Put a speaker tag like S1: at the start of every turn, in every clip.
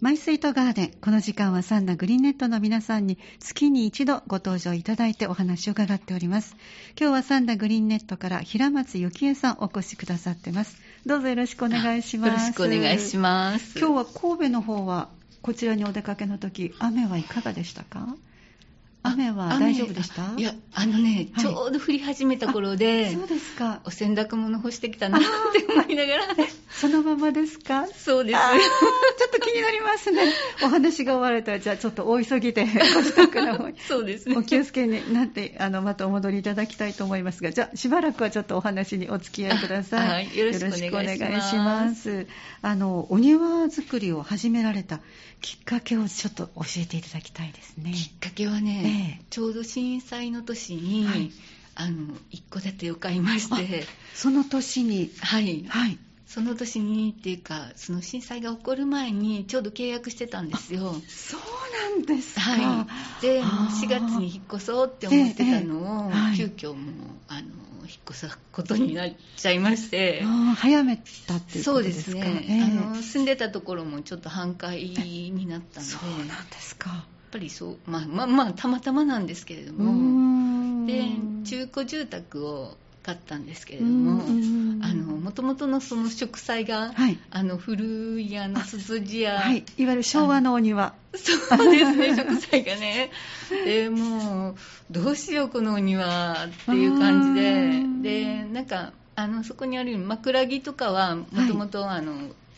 S1: マイスイートガーデン。この時間はサンダグリーンネットの皆さんに月に一度ご登場いただいてお話を伺っております。今日はサンダグリーンネットから平松幸恵さんお越しくださってます。どうぞよろしくお願いします。
S2: よろしくお願いします。
S1: 今日は神戸の方はこちらにお出かけの時雨はいかがでしたか雨は大丈夫でした
S2: あいや、あのね、
S1: はい
S2: ちょうど降り始めた頃で
S1: そ、うですか
S2: お洗濯物干してきたなって思いながら、
S1: そのままですか
S2: そうです。
S1: あーちょっと気になりますねお話が終わられたらじゃあちょっと大急ぎでご支度の方に
S2: そうですね
S1: お。気をつけになってあのまたお戻りいただきたいと思いますがじゃあしばらくはちょっとお話にお付き合いください、
S2: あはいよろしくお願いします
S1: よろくお願いしますあのお庭作りを始められたきっかけをちょっと教えていただきたいですね
S2: きっかけはね、
S1: ええ
S2: ちょうど震災の年に、
S1: はい
S2: あの、一戸建てを買いまして、
S1: その年に
S2: はい。
S1: はい
S2: その年にっていうか、その震災が起こる前に、ちょうど契約してたんですよ。
S1: そうなんですか、
S2: はい、でもう
S1: あー
S2: 4月に引っ越そうって思ってたのを、
S1: ええええはい
S2: 急遽もうあの引っ越すことになっちゃいまして
S1: あ。ー早めたっていうこ
S2: そ
S1: と
S2: うで
S1: ですすか
S2: ね、
S1: ええ
S2: あの住んでたところもちょっと半壊になったので
S1: そうなんですか
S2: やっぱりそうまあまあまあたまたまなんですけれど
S1: うー
S2: も
S1: ん
S2: で中古住宅を買ったんですけれど
S1: う
S2: も
S1: ん
S2: あの元々のその植栽が、
S1: はい、
S2: あの古いあの
S1: あ
S2: ツツジや、
S1: はい、いわゆる昭和のお庭
S2: そうですね、食材がね。 で、もう、どうしよう、このお庭っていう
S1: う
S2: 感
S1: ん
S2: じで、で、なんか、あの、そこにある枕木とかは、もともと、あの、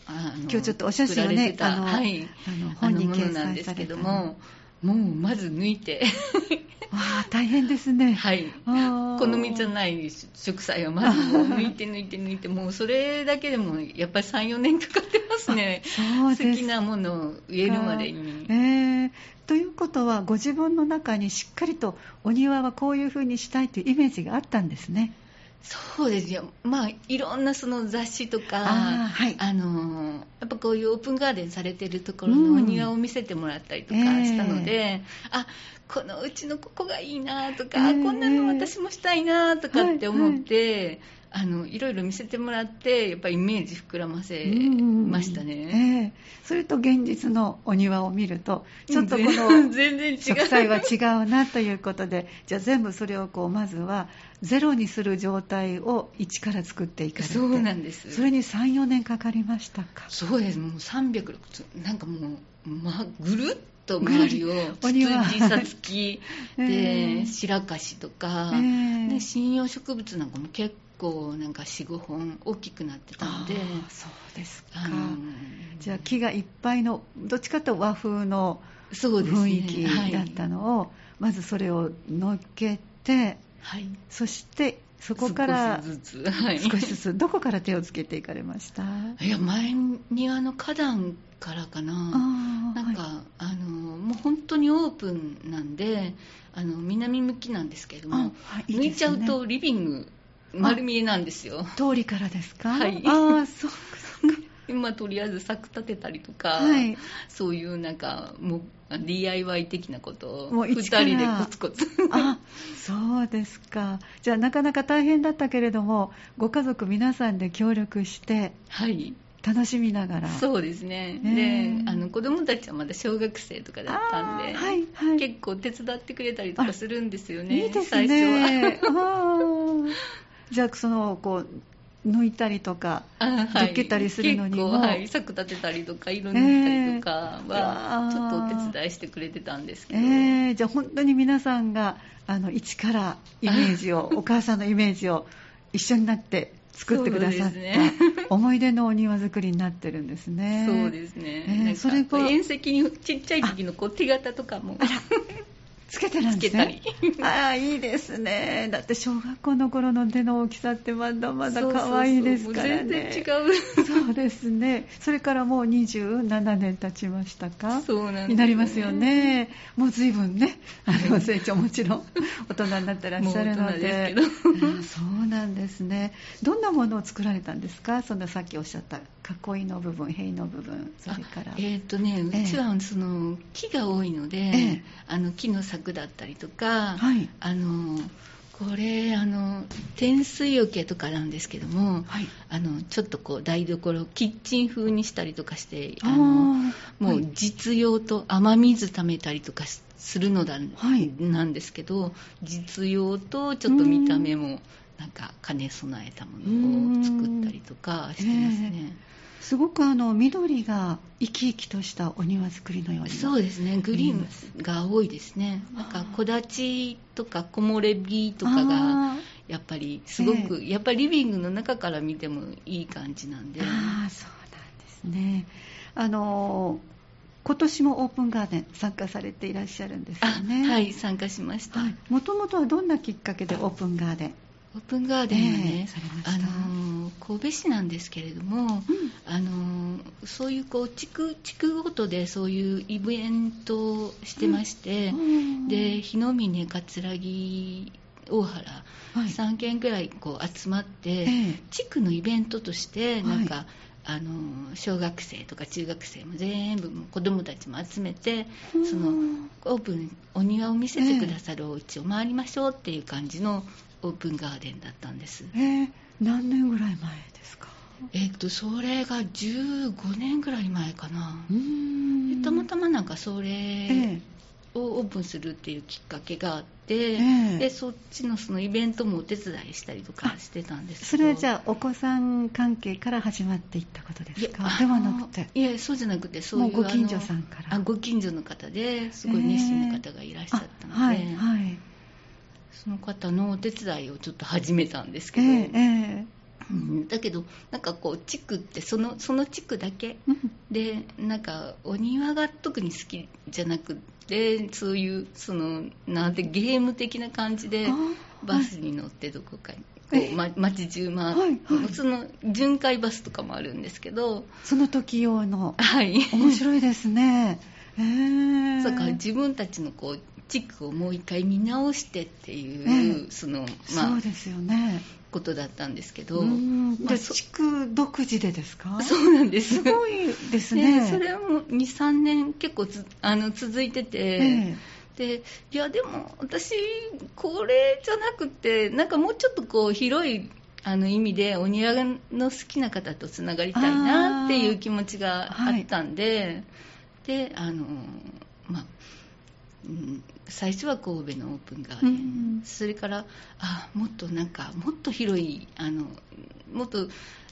S2: あの
S1: 今日ちょっとお写真をね
S2: 作られてた
S1: あの
S2: はい、
S1: あの
S2: あ
S1: 本
S2: の
S1: に
S2: もの
S1: 掲
S2: なん
S1: 載
S2: で
S1: さ
S2: す
S1: れ
S2: け
S1: た
S2: ど
S1: わ
S2: も、もう、まず抜いて、
S1: あ大変ですね、
S2: はい。
S1: あー
S2: 好みじゃない植栽をまずもう抜いて抜いて抜いて、もうそれだけでもやっぱり3、4年かかってますね。
S1: そう
S2: 好
S1: です
S2: きなものを植えるまでに
S1: え。ーということはご自分の中にしっかりとお庭はこういうふうにしたいというイメージがあったんですね
S2: そうですよ、まあ、いろんなその雑誌とか、
S1: あー
S2: あ、
S1: はい
S2: のーやっぱこういうオープンガーデンされてるところ
S1: う
S2: の
S1: ん
S2: お庭を見せてもらったりとか
S1: ええ
S2: したので、あこのうちのここがいいなとか、
S1: ええ
S2: あこんなの私もしたいなとかって思って、いあのいろいろ見せてもらって、やっぱりイメージ膨らませましたね。
S1: ね、えーそれと現実のお庭を見るとちょっとこ
S2: 全
S1: の
S2: 然全然違
S1: 植
S2: う
S1: 栽は違うなということでじゃあ全部それをこうまずはゼロにする状態を一から作っていかれて
S2: そうなんです
S1: それに34年かかりましたか
S2: そうですもう360なんかもう、ま、ぐるっと周りを
S1: ぐるっお庭
S2: 羊さつき
S1: えー
S2: で白樫とか、
S1: ええ
S2: で針葉植物なんかも結構なんか45本大きくなってたので
S1: あーそうですか
S2: あの
S1: じゃあ木がいっぱいのどっちかというと和風の
S2: そうですね
S1: 雰囲気だったのを、まずそれを乗っけて
S2: はい、はい、
S1: そしてそこから
S2: 少しずつ、はい、
S1: 少しずつどこから手をつけていかれました
S2: いや前庭の花壇からかな
S1: あー
S2: なんか、
S1: はい
S2: あのもう本当にオープンなんであの南向きなんですけれども
S1: あはい
S2: 抜いちゃう
S1: ですね
S2: とリビング丸見えなんですよ
S1: 通りからですか
S2: はい
S1: ああそう
S2: 今とりあえず柵立てたりとか、
S1: かはい
S2: そういうなんかもうあ DIY 的なことを
S1: もう
S2: 2
S1: 一から
S2: 人でコツコツ
S1: あそうですかじゃあなかなか大変だったけれどもご家族皆さんで協力して
S2: はい
S1: 楽しみながら
S2: そうですね、
S1: ねえ
S2: であの子供たちはまだ小学生とかだったんで、
S1: あーはいはい
S2: 結構手伝ってくれたりとかするんですよね
S1: いいです
S2: 最初は
S1: ね。 あーじゃあそのこう抜いたりとか、
S2: あはい
S1: どけたりするのにも
S2: 結構、はい、柵立てたりとか色塗ったりとかは
S1: ええ
S2: ちょっとお手伝いしてくれてたんですけ
S1: え
S2: ど、
S1: ーじゃあ本当に皆さんがあの一からイメージ をお母さんのイメージを一緒になって作ってくださ
S2: そ
S1: っ
S2: う
S1: た、
S2: ですね
S1: 思い出のお庭作りになってるんですね。
S2: そうですね、
S1: えー
S2: なんか
S1: それは
S2: 遠赤にちっちゃい時のこう手形とかも
S1: つけてなん
S2: つ
S1: で
S2: け
S1: す
S2: た
S1: ね
S2: り。
S1: ああいいですねだって小学校の頃の手の大きさってまだまだ
S2: そうそうそう
S1: 可愛いですからね
S2: もう全然違う
S1: そうですね。それからもう27年経ちましたか。
S2: そうなんですね
S1: になりますよね。もう随分ね、あの成長もちろん大人になってらっしゃるの
S2: もう大人
S1: で。
S2: ですけど
S1: ああそうなんですね。どんなものを作られたんですか。そのさっきおっしゃった囲いの部分、塀の部分、それから。
S2: あえっ、とねう
S1: ええ
S2: ちはその木が多いので、
S1: ええ
S2: あの木の柵だったりとか、
S1: はい。
S2: あのこれあの天水桶とかなんですけども、
S1: はい
S2: あのちょっとこう台所キッチン風にしたりとかして
S1: あ
S2: あの
S1: ー
S2: も
S1: は
S2: う
S1: い
S2: 実用と雨水貯めたりとかしするのだ、
S1: はい
S2: なんですけど実用とちょっと見た目もなんか兼ね備えたものを作ったりとかしてますね。
S1: すごくあの緑が生き生きとしたお庭作りのように
S2: そうですねグリーンが多いですね
S1: あ
S2: なん
S1: ー
S2: か木立とか木漏れ日とかが
S1: あー
S2: やっぱりすごく、やっぱりリビングの中から見てもいい感じなんで
S1: あーそうなんですねあの今年もオープンガーデン参加されていらっしゃるんですよ
S2: あ
S1: ね
S2: はい参加しました、
S1: もともとはどんなきっかけでオープンガーデン
S2: オープンガーデンは
S1: ええ
S2: ね
S1: されまし、た
S2: あのー神戸市なんですけれども、あのーそういうこう地区地区ごとでそういうイベントをしてまして、
S1: うん
S2: で日の峰葛城大原、
S1: はい
S2: 3軒ぐらいこう集まって、
S1: ええ
S2: 地区のイベントとして
S1: い
S2: なんか、あのー小学生とか中学生も全部もう子供たちも集めて
S1: うん
S2: そのオープンお庭を見せてくださるお家を回りましょうっていう感じのオープンガーデンだったんです
S1: えー何年ぐらい前ですか
S2: えっとそれが15年ぐらい前かな
S1: うん
S2: でたまたまなんかそれ
S1: え
S2: をオープンするっていうきっかけがあって、
S1: ええ
S2: でそっちのそのイベントもお手伝いしたりとかしてたんですけど
S1: それはじ
S2: あ
S1: ゃあお子さん関係から始まっていったことですか
S2: あ
S1: で
S2: の
S1: はなくて
S2: いやそうじゃなくてそういう
S1: もうご近所
S2: あの
S1: さんから
S2: あご近所の方ですごい熱心な方がいらっしゃったので、
S1: あはいはい
S2: その方のお手伝いをちょっと始めたんです
S1: え
S2: けど、
S1: ええ
S2: うんだけどなんかこう地区ってそのその地区だけ
S1: え
S2: でなんかお庭が特に好きじゃなくてそういうそのなんてゲーム的な感じで
S1: あー
S2: バスに乗ってどこかに。こ
S1: え
S2: うま、街中回っ
S1: はいはい
S2: その巡回バスとかもあるんですけど、
S1: その時用の
S2: はい、
S1: 面白いです ねええ
S2: そうか自分たちのこう地区をもう一回見直してっていう、
S1: ええ
S2: その
S1: そ
S2: まあ
S1: うですよね
S2: ことだったんですけど、
S1: うん
S2: まあ
S1: で
S2: そ
S1: 地区独自でですか
S2: そうなんです
S1: すごいですね
S2: でそれも23年結構つあの続いて
S1: え
S2: て、でいやでも私これじゃなくてなんかもうちょっとこう広いあの意味でお庭の好きな方とつながりたいなっていう気持ちがあったんで、であのまあうん最初は神戸のオープンガーデン、
S1: うん
S2: それからあもっとなんかもっと広いあのもっと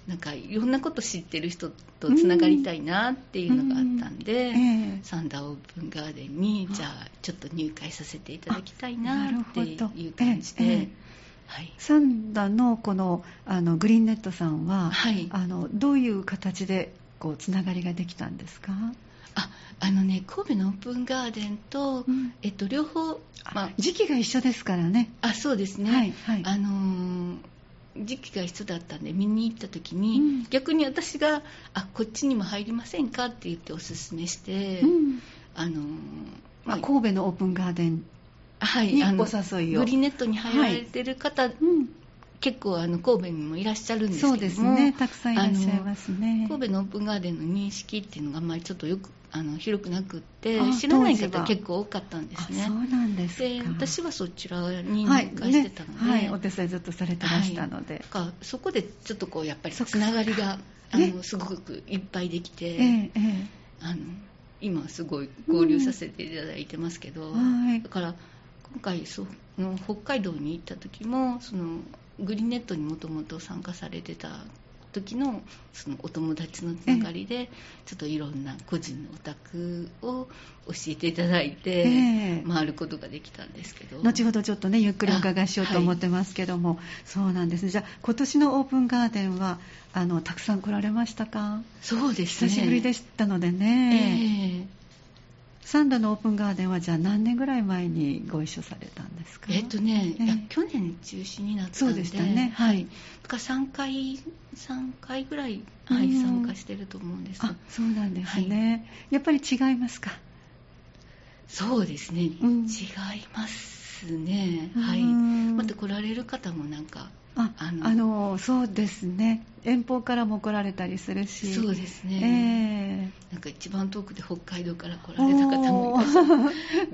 S2: なんかいろんなこと知ってる人とつながりたいなっていうのがあったんで、
S1: ええ
S2: サンダーオープンガーデンに
S1: あ
S2: じゃあちょっと入会させていただきたい
S1: あな
S2: な
S1: る
S2: って
S1: ほど
S2: いう感じで、
S1: ええええ
S2: はい、
S1: サンダのこのあのグリーンネットさんは、
S2: はい
S1: あのどういう形でこうつながりができたんですか、
S2: ああのね神戸のオープンガーデンと、
S1: うん
S2: えっと、両方まあ
S1: 時期が一緒ですからね。
S2: あそうですね、
S1: はいはい
S2: あのー時期が一緒だったんで見に行った時に、
S1: うん
S2: 逆に私があこっちにも入りませんかって言っておすすめして、
S1: うん
S2: あのー
S1: まあ、神戸のオープンガーデン
S2: はい
S1: に
S2: あ
S1: お
S2: の
S1: 誘いを、
S2: グリネットに入られてる方、
S1: う
S2: 結構あの神戸にもいらっしゃるん
S1: ん、
S2: ですけど
S1: そ
S2: も
S1: うですねたくさんいらっしゃいますね
S2: 神戸のオープンガーデンの認識っていうのがあんまりちょっとよくあの広くなくって
S1: あ
S2: 知らない
S1: 当時
S2: 方
S1: は
S2: 結構多かったんです
S1: あ
S2: ね
S1: そうなんですか
S2: で私はそちらに
S1: はい
S2: 入会してたので、
S1: ねはい、お手伝いずっとされてましたので、
S2: だからそこでちょっとこうやっぱり
S1: そっか
S2: つながりがあ
S1: ね
S2: のすごくいっぱいできて、
S1: ええええ
S2: あの今すごい合流させていただいてますけど、
S1: うんはい
S2: だから今回その北海道に行った時もそのグリーンネットにもともと参加されてた時のそのお友達のつながりでちょっといろんな個人のお宅を教えていただいて
S1: ええ
S2: 回ることができたんですけど、
S1: 後ほどちょっとねゆっくりお伺いしようと思ってますけども、そうなんですねじゃあ今年のオープンガーデンはあのたくさん来られましたか
S2: そうで
S1: 久
S2: すね
S1: しぶりでしたのでね、
S2: ええ
S1: サンダのオープンガーデンはじゃあ何年ぐらい前にご一緒されたんですか
S2: えっとね、
S1: ええ
S2: いや去年中止になった
S1: そ
S2: ん
S1: う
S2: で
S1: でしたね
S2: はい、だから3回3回ぐらい、はい
S1: うん
S2: 参加してると思うんです
S1: あそうなんですね、やっぱり違いますか
S2: そうですね、
S1: うん
S2: 違いますね、はい
S1: うん
S2: また来られる方もなんか
S1: ああ
S2: あ
S1: の
S2: の
S1: そうですね遠方からも来られたりするし
S2: そうです
S1: す
S2: ね、なんか一番遠くで北海道から来られた方もいらっしゃる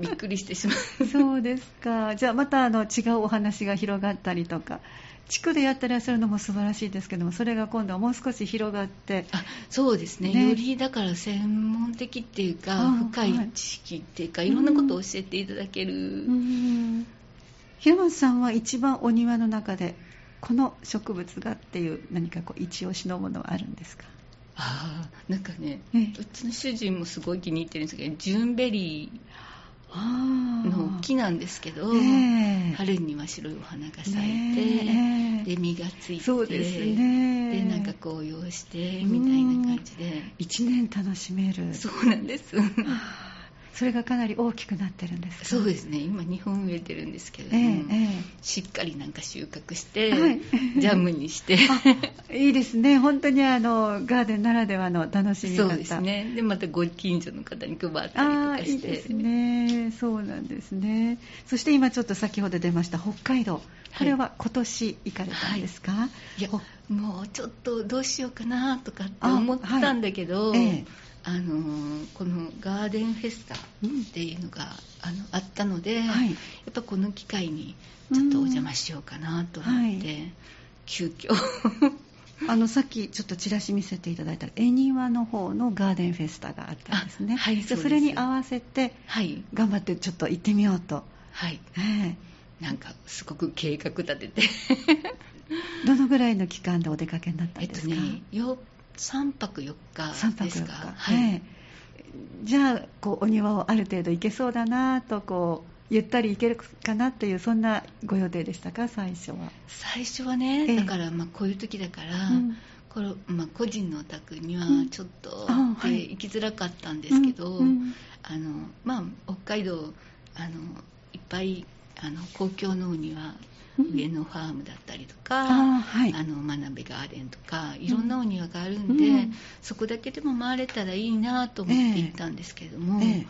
S2: びっくりしてしまう
S1: そうですか じゃあまたあの違うお話が広がったりとか地区でやってらっしゃるのも素晴らしいですけどもそれが今度はもう少し広がって
S2: あそうですね
S1: ね
S2: よりだから専門的っていうか、
S1: あ
S2: 深
S1: はい
S2: い知識っていうか、い、ろんなことを教えていただける、
S1: うん平松さんは一番お庭の中でこの植物がっていう何かこう一押しのものはあるんですか
S2: ああなんかね、
S1: ええ
S2: うちの主人もすごい気に入ってるんですけどジュンベリ
S1: あ
S2: ーの木なんですけど、
S1: ねえ
S2: 春には白いお花が咲いて、
S1: ねえ
S2: で実がついて
S1: そうですね
S2: でなんか紅葉してみたいな感じで、
S1: 一年楽しめる
S2: そうなんです
S1: それがかなり大きくなってるんですか
S2: そうですね今2本植えてるんですけれど
S1: ええ
S2: も、
S1: え
S2: しっかりなんか収穫して、
S1: はい
S2: ジャムに して
S1: えいいですね本当にあのガーデンならではの楽しみ方
S2: そうですねでまたご近所の方に配った
S1: あ
S2: りとか
S1: ー
S2: して
S1: いいですねそうなんですねそして今ちょっと先ほど出ました北海道これは今年行かれたんですか、
S2: いや
S1: ほ
S2: もうちょっとどうしようかなとかって思ったんだけどあ、
S1: はいええ
S2: のーこのガーデンフェスタっ
S1: うん
S2: ていうのがあのあったので、
S1: はい
S2: やっぱこの機会にちょっとお邪魔しようかなと思って、
S1: うん
S2: 急遽
S1: あのさっきちょっとチラシ見せていただいた恵庭の方のガーデンフェスタがあったんですね
S2: あは
S1: じゃ
S2: い
S1: あ
S2: そうです
S1: それに合わせて
S2: はい
S1: 頑張ってちょっと行ってみようと、
S2: はい
S1: え
S2: なんかすごく計画立てて
S1: えどのぐらいの期間でお出かけになったん
S2: えっ
S1: で
S2: と
S1: すか、
S2: ねよ3泊4
S1: 3
S2: 日
S1: 泊
S2: です
S1: 4日
S2: か
S1: ええじゃあこうお庭をある程度行けそうだなとこうゆったり行けるかなっていうそんなご予定でしたか最初は、
S2: 最初は
S1: ええ
S2: ねだからまあこういう時だから、
S1: うん
S2: これまあ、個人のお宅には
S1: うん
S2: ちょっと、
S1: あは
S2: で
S1: い
S2: 行きづらかったんですけど、
S1: うんうん
S2: あのまあ、北海道あのいっぱいあの公共のには
S1: うん
S2: 上野ファームだったりとか、
S1: あーはい
S2: あの真鍋ガーデンとかいろんなお庭があるんで、
S1: うん
S2: そこだけでも回れたらいいなと思って行ったんですけども、
S1: え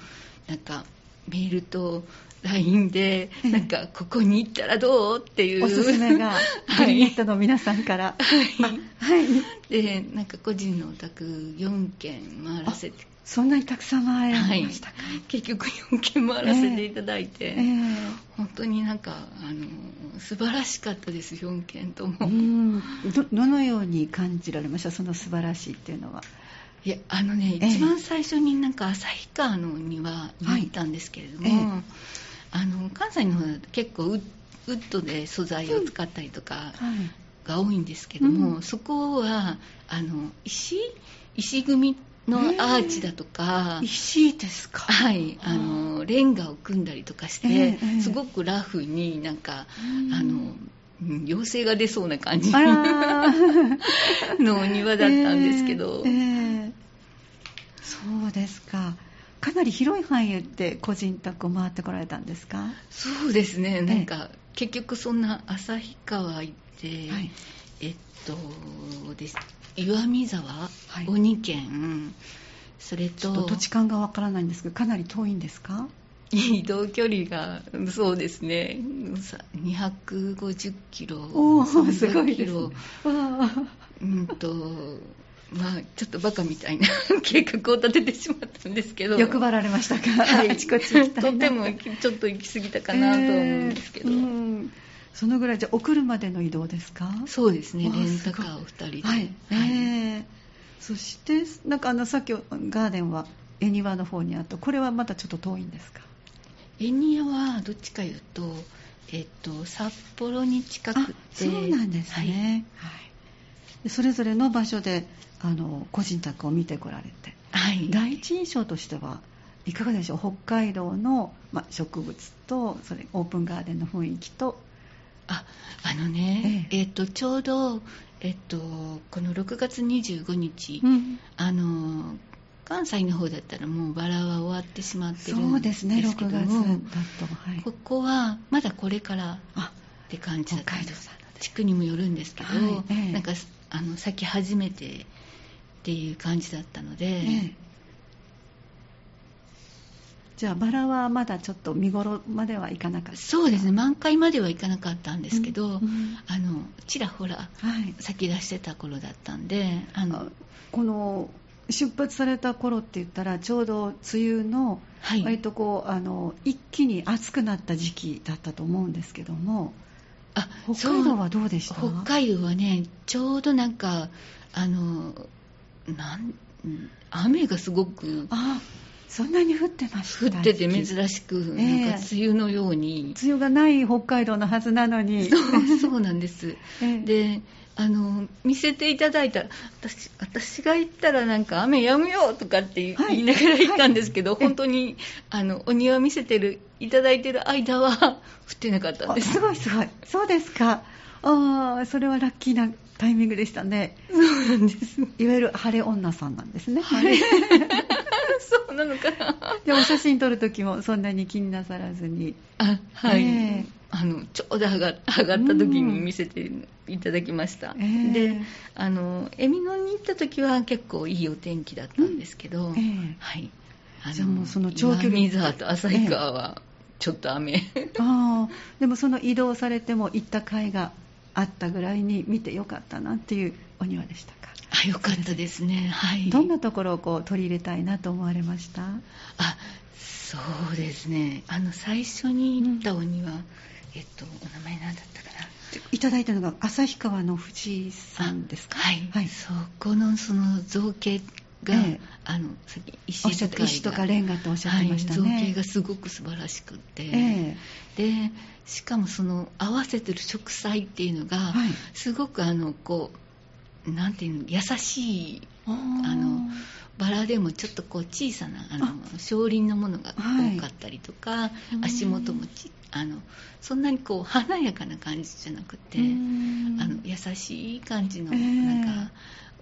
S1: え
S2: なんかメールと LINE
S1: え
S2: で、
S1: え
S2: なんかここに行ったらどうっていう
S1: おすすめが
S2: は
S1: グ
S2: い
S1: リネットの皆さんからあはい
S2: でなんか個人のお宅4軒回らせて、
S1: そんなにたくさん回ら
S2: は
S1: れ
S2: い
S1: ましたか、、
S2: 結局4軒回らせていただいて、
S1: え
S2: 本当になんかあの素晴らしかったです4軒とも、
S1: えうんどどのように感じられましたその素晴らしいっていうのはい
S2: やあのね、
S1: ええ
S2: 一番最初になんか旭川の庭に行ったんですけれども、
S1: はいええ
S2: あの関西の方だと結構ウッウッドで素材を使ったりとか
S1: はい
S2: が多いんですけども、
S1: うん
S2: そこはあの石石組のアーチだとか、
S1: 石ですか
S2: はい、あのレンガを組んだりとかして、
S1: ええええ
S2: すごくラフになんか、
S1: うん
S2: あのうん妖精が出そうな感じ
S1: あ
S2: の
S1: らー
S2: お庭だったんですけど、
S1: ええええそうですかかなり広い範囲で個人宅を回ってこられたんですか、
S2: そうですねなんか、結局そんな旭川行って、
S1: はい
S2: えっとです岩見沢、
S1: い
S2: 鬼県それ
S1: ちょっと
S2: と
S1: 土地勘がわからないんですけどかなり遠いんですか
S2: 移動距離がそうですねさ250キロ
S1: おおーすご
S2: 300
S1: い
S2: キ
S1: です
S2: ロ
S1: ねわあ
S2: うんとまあちょっとバカみたいな 計画を立ててしまったんですけど
S1: 欲張られましたか、
S2: はい
S1: あちこち行きた
S2: と
S1: いな
S2: てもちょっと行き過ぎたかなとは思うんですけど、
S1: えーうんそのぐらいじゃあお車での移動ですか
S2: そうですね
S1: わあ
S2: レンタカーを2人で、
S1: はい、えーそしてなんかあのさっきガーデンは恵庭の方にあったこれはまたちょっと遠いんですか
S2: エニアはどっちかいうとえっと札幌に近くて
S1: そうなんです
S2: はい
S1: ね、はいでそれぞれの場所であの個人宅を見てこられて
S2: はい、
S1: 第一印象としてはいかがでしょう北海道の、まあ、植物とそれオープンガーデンの雰囲気と
S2: ああのね、
S1: え
S2: えっとちょうど、えっとこの6月25日、あの関西の方だったらもうバラは終わってしまってる
S1: そうんで
S2: ですす
S1: ね
S2: け
S1: 6月
S2: ど
S1: だと
S2: も、
S1: はい
S2: ここはまだこれから
S1: あ
S2: って感じだったんです
S1: 北海道なん
S2: 地区にもよるんですけど、
S1: はいええ
S2: なんかあの咲き始めてっていう感じだったので、
S1: ええじゃあバラはまだちょっと見頃まではいかなかった
S2: そうですね満開まではいかなかったんですけど、
S1: うんうん
S2: あのちらほら
S1: はい、
S2: 先出してた頃だったんであの
S1: この出発された頃って言ったらちょうど梅雨の
S2: はい、
S1: 割とこうあの一気に暑くなった時期だったと思うんですけども
S2: あ
S1: 北
S2: そう
S1: 海道はどうでした
S2: 北海道はねちょうどなんかあのなんうん雨がすごく
S1: あそんなに降ってま
S2: 降
S1: した
S2: ってて
S1: 時期
S2: 珍しく、
S1: ええ
S2: なんか梅雨のように、
S1: 梅雨がない北海道のはずなのに
S2: そうそうなんです
S1: ええ
S2: であの見せていただいたら私私が行ったらなんか雨やむよとかって言い
S1: はい
S2: 言いながら行ったんですけど、
S1: はい
S2: 本当にあのお庭見せてるいただいてる間は 降ってなかったん
S1: あ
S2: です
S1: すごいすごいそうですかああそれはラッキーなタイミングでしたね
S2: そうなんです
S1: いわゆる晴れ女さんなんですね、
S2: 晴れ そうなのかな
S1: でお写真撮る時もそんなに気になさらずに
S2: あはい、
S1: ええ
S2: あのちょうど上が上がった時に見せていただきました、
S1: ええ
S2: であの恵美野に行った時は結構いいお天気だったんですけど、
S1: ええ
S2: はい
S1: じゃあもうその長距離
S2: 水と旭川はちょっ と雨、
S1: ああでもその移動されても行った甲斐があったぐらいに見てよかったなっていうお庭でしたか
S2: あよかったですねはい
S1: どんなところをこう取り入れたいなと思われました
S2: あそうですねあの最初に行ったお庭、えっとお名前何だったかない
S1: ただいたのが旭川の藤井さんですか
S2: はい、
S1: はい
S2: そこのその造形が、
S1: ええ
S2: あのさっき
S1: お
S2: 石
S1: っしゃって
S2: 使い
S1: 石とかレンガとおっしゃっ
S2: は
S1: て
S2: い
S1: ました
S2: 造形
S1: ね、
S2: がすごく素晴らしくって、
S1: ええ
S2: でしかもその合わせてる植栽っていうのが、
S1: はい
S2: すごくあのこうなんていうの優しい
S1: あ
S2: あのバラでもちょっとこう小さなあの
S1: あ
S2: 少林のものが
S1: はい
S2: 多かったりとか、
S1: うん
S2: 足元もちあのそんなにこう華やかな感じじゃなくて、あの優しい感じの
S1: ええ
S2: なんか、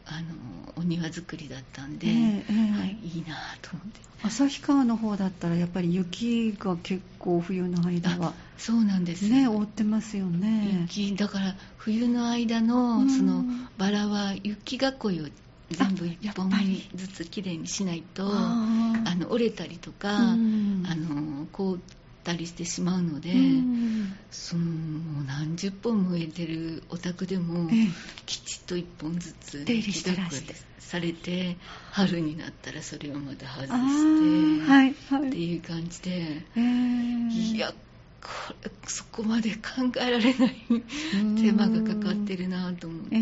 S2: あのお庭作りだったんで、
S1: ええええ
S2: はい、いいなぁと思って
S1: 旭川の方だったらやっぱり雪が結構冬の間は
S2: そうなんです
S1: ね覆ってますよね
S2: 雪だから冬の間
S1: う
S2: の
S1: ん
S2: そのバラは雪囲いを全部一本
S1: やっぱり
S2: ずつきれいにしないとあ
S1: あー
S2: の折れたりとか、
S1: うん
S2: あの凍ったりしてしまうので、
S1: うん
S2: そのもう何十本も植えてるお宅でも、
S1: ええ
S2: きちっと一本ずつ
S1: 手入れしてらして
S2: 手作りされて春になったらそれをまた外して、
S1: あーはいは
S2: って
S1: い
S2: いう感じで、
S1: えー
S2: いやこれそこまで考えられない手間がかかってるなと思って、
S1: え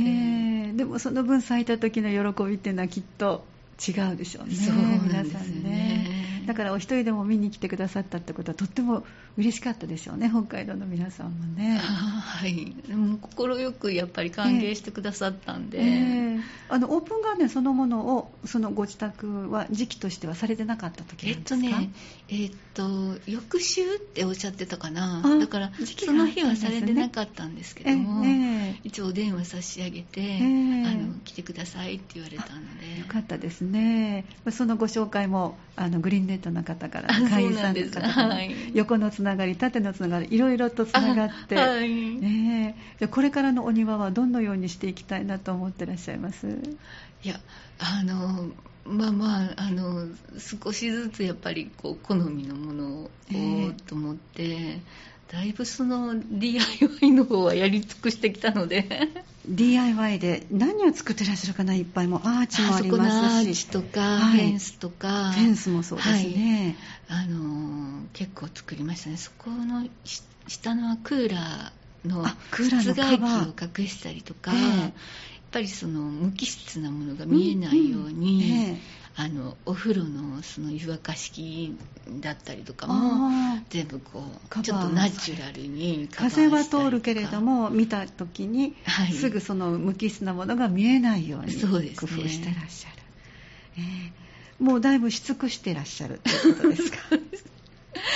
S1: ーでもその分咲いた時の喜びっていうのはきっと違うでしょうね
S2: そうなんですよ
S1: 皆さん
S2: ね
S1: だからお一人でも見に来てくださったってことはとっても嬉しかったでしょうね北海道の皆さんもね
S2: あーはいでも快くやっぱり歓迎してくださったんで、
S1: ええあのオープンガーデンそのものをそのご自宅は時期としてはされてなかった時
S2: え
S1: な
S2: っ
S1: んで
S2: と
S1: すか、
S2: ね、えっと翌週っておっしゃってたかな
S1: あ
S2: だから
S1: 時期が
S2: そ
S1: あった
S2: の
S1: んです
S2: 日
S1: ね
S2: はされてなかったんですけ
S1: え
S2: ども、
S1: ええ
S2: 一応お電話差し上げて、
S1: え
S2: あの来てくださいって言われたの
S1: え
S2: で
S1: よかったですねそのご紹介もあのグリーンネットの方から
S2: あ
S1: 会員さんの方
S2: そ
S1: か
S2: うなんです
S1: ら、
S2: はい
S1: 横のつながり縦のつながりいろいろとつながって、
S2: あはい
S1: ねえじゃあこれからのお庭はどのようにしていきたいなと思ってらっしゃいます
S2: いやあのまあまああの少しずつやっぱりこう好みのものを、
S1: ええ
S2: と思ってだいぶその DIY の方はやり尽くしてきたので
S1: DIY で何を作ってらっしゃるかないっぱいもアーチもあ
S2: そ
S1: り
S2: このア
S1: ま
S2: ー
S1: す
S2: チ
S1: し
S2: とか、
S1: はい
S2: フェンスとか
S1: フェンスもそうですね、
S2: あの結構作りましたねそこのし下のはクーラーの
S1: あクーラーの
S2: 室
S1: カバー
S2: 外機を隠したりとか、
S1: ええ
S2: やっぱりその無機質なものが見えないように、
S1: うんうんええ
S2: あのお風呂のその湯沸かし器だったりとかも
S1: あー
S2: 全部こ
S1: カバー
S2: うちょっとナチュラルにカバーした
S1: 風
S2: りと
S1: は
S2: か
S1: 通るけれども見た時に
S2: はい
S1: すぐその無機質なものが見えないように工
S2: そう
S1: 夫
S2: ですね
S1: してらっしゃる、ええもうだいぶしつくしてらっしゃるということで すか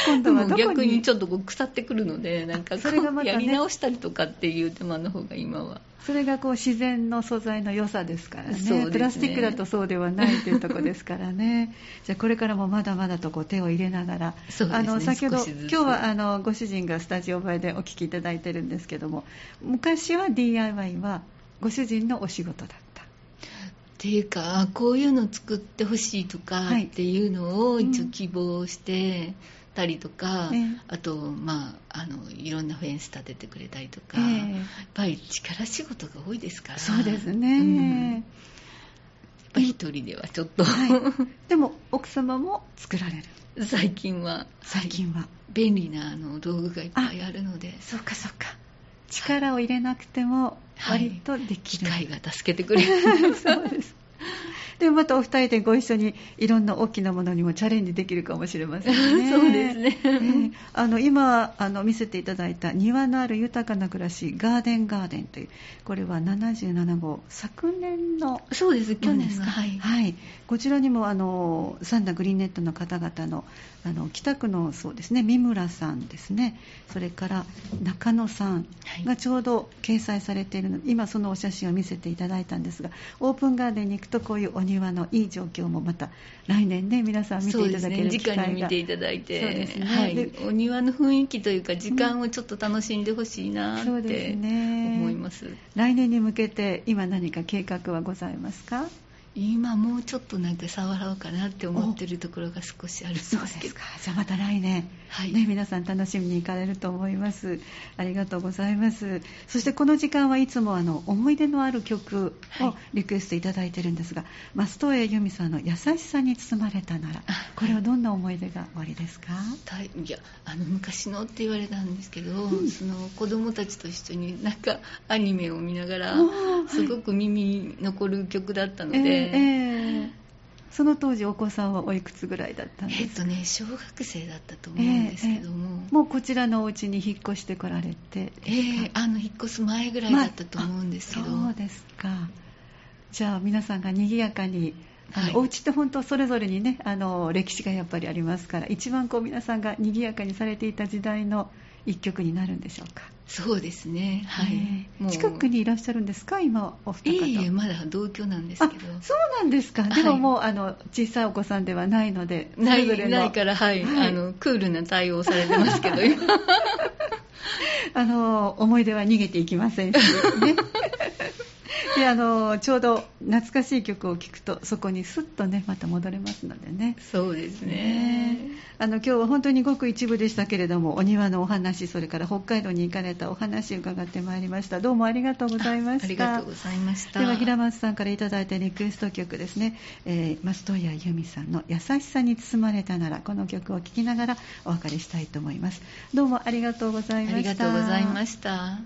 S1: 今
S2: で
S1: 度は
S2: も
S1: どこに
S2: 逆にちょっとこう腐ってくるのでなんか
S1: あそれがまたね
S2: やり直したりとかっていう手間の方が今は
S1: それがこう自然の素材の良さですからね
S2: そうですね
S1: プラスチックだとそうではないというところですから ねじゃあこれからもまだまだとこう手を入れながら、
S2: そうです
S1: あ
S2: ね
S1: の先ほど
S2: 少しず
S1: 今
S2: つ
S1: 日はあのご主人がスタジオ前でお聞きいただいてるんですけども昔は DIY はご主人のお仕事だった
S2: っていうかあこういうの作ってほしいとか
S1: はい
S2: っていうのを一
S1: う
S2: 応
S1: ん
S2: 希望してたりとか、
S1: ええ
S2: あと、まあ、あのいろんなフェンス立ててくれたりとか、やっ
S1: え
S2: ぱり力仕事が多いですか
S1: え
S2: ら
S1: そうです
S2: うんやっ
S1: ね、
S2: ぱ一人ではちょっと、
S1: はい、でも奥様も作られる
S2: 最近は
S1: 最近は、
S2: 便利なあの道具がいっぱいあるので
S1: そうかそうか力を入れなくても割とでき
S2: 機
S1: る、
S2: 械が助けてくれ る
S1: そうですでもまたお二人でご一緒にいろんな大きなものにもチャレンジできるかもしれませんね
S2: そうですね
S1: ええあの今あの見せていただいた庭のある豊かな暮らしガーデンガーデンというこれは77号昨年の
S2: そうです去
S1: もので
S2: 年
S1: す
S2: が
S1: か
S2: はい、
S1: はい、こちらにもあのサンダグリーンネットの方々のあの北区のそうですね三村さんですねそれから中野さん
S2: はい
S1: がちょうど掲載されているの今そのお写真を見せていただいたんですがオープンガーデンに行くとこういうお庭のいい状況もまた来年ね皆さん見て
S2: そ
S1: い
S2: うで
S1: た
S2: す
S1: だけ
S2: ね
S1: る
S2: 時
S1: 機会
S2: 間
S1: が、
S2: に見ていただいて
S1: そうですね
S2: はい
S1: で、
S2: お庭の雰囲気というか時間をちょっと楽しんでほしいな
S1: そう
S2: っ
S1: です
S2: て
S1: ね
S2: 思います、
S1: 来年に向けて今何か計画はございますか
S2: 今もうちょっとなんか触ろうかなって思ってるところが少しあるんですけど
S1: かじゃあまた来年
S2: はい、
S1: ね、皆さん楽しみに行かれると思いますありがとうございますそしてこの時間はいつもあの思い出のある曲
S2: はい
S1: をリクエストいただいてるんですが、松任谷由実さんの「優しさに包まれたなら
S2: あ」
S1: これはどんな思い出がおありですか、
S2: たいやあの昔のって言われたんですけど、
S1: ん
S2: その子供たちと一緒になんかアニメを見ながら
S1: おーはい
S2: すごく耳に残る曲だったの
S1: え
S2: で、
S1: ーえーその当時お子さんはおいくつぐらいだったんで
S2: えっ
S1: すか
S2: とね小学生だったと思うんですけども、
S1: もうこちらのお家に引っ越してこられて
S2: えーあの引っ越す前ぐらいだったと思うんですけど、
S1: そうですかじゃあ皆さんが賑やかに、あの
S2: はい
S1: お家って本当それぞれにねあの歴史がやっぱりありますから一番こう皆さんが賑やかにされていた時代の一曲になるんでしょうか、
S2: そうですねはい、
S1: ねえ近くにいらっしゃるんですか今お二
S2: い
S1: 方
S2: えいえまだ同居なんです
S1: あ
S2: けど
S1: そうなんですかで
S2: は
S1: も
S2: い
S1: もう、あの小さいお子さんではないので
S2: な
S1: それぞれ
S2: い
S1: の
S2: ないからはい、あのクールな対応されてます けど今
S1: あの思い出は逃げていきませんし、 ね、であのちょうど懐かしい曲を聴くとそこにスッとねまた戻れますのでね。
S2: そうですね
S1: ねあの今日は本当にごく一部でしたけれどもお庭のお話それから北海道に行かれたお話伺ってまいりましたどうもありがとうございました
S2: ありがとうございました
S1: では平松さんからいただいたリクエスト曲ですね、えー、松任谷由実さんの「優しさに包まれたなら」この曲を聴きながらお別れしたいと思いますどうもありがとうございま
S2: あ
S1: した
S2: りがとうございました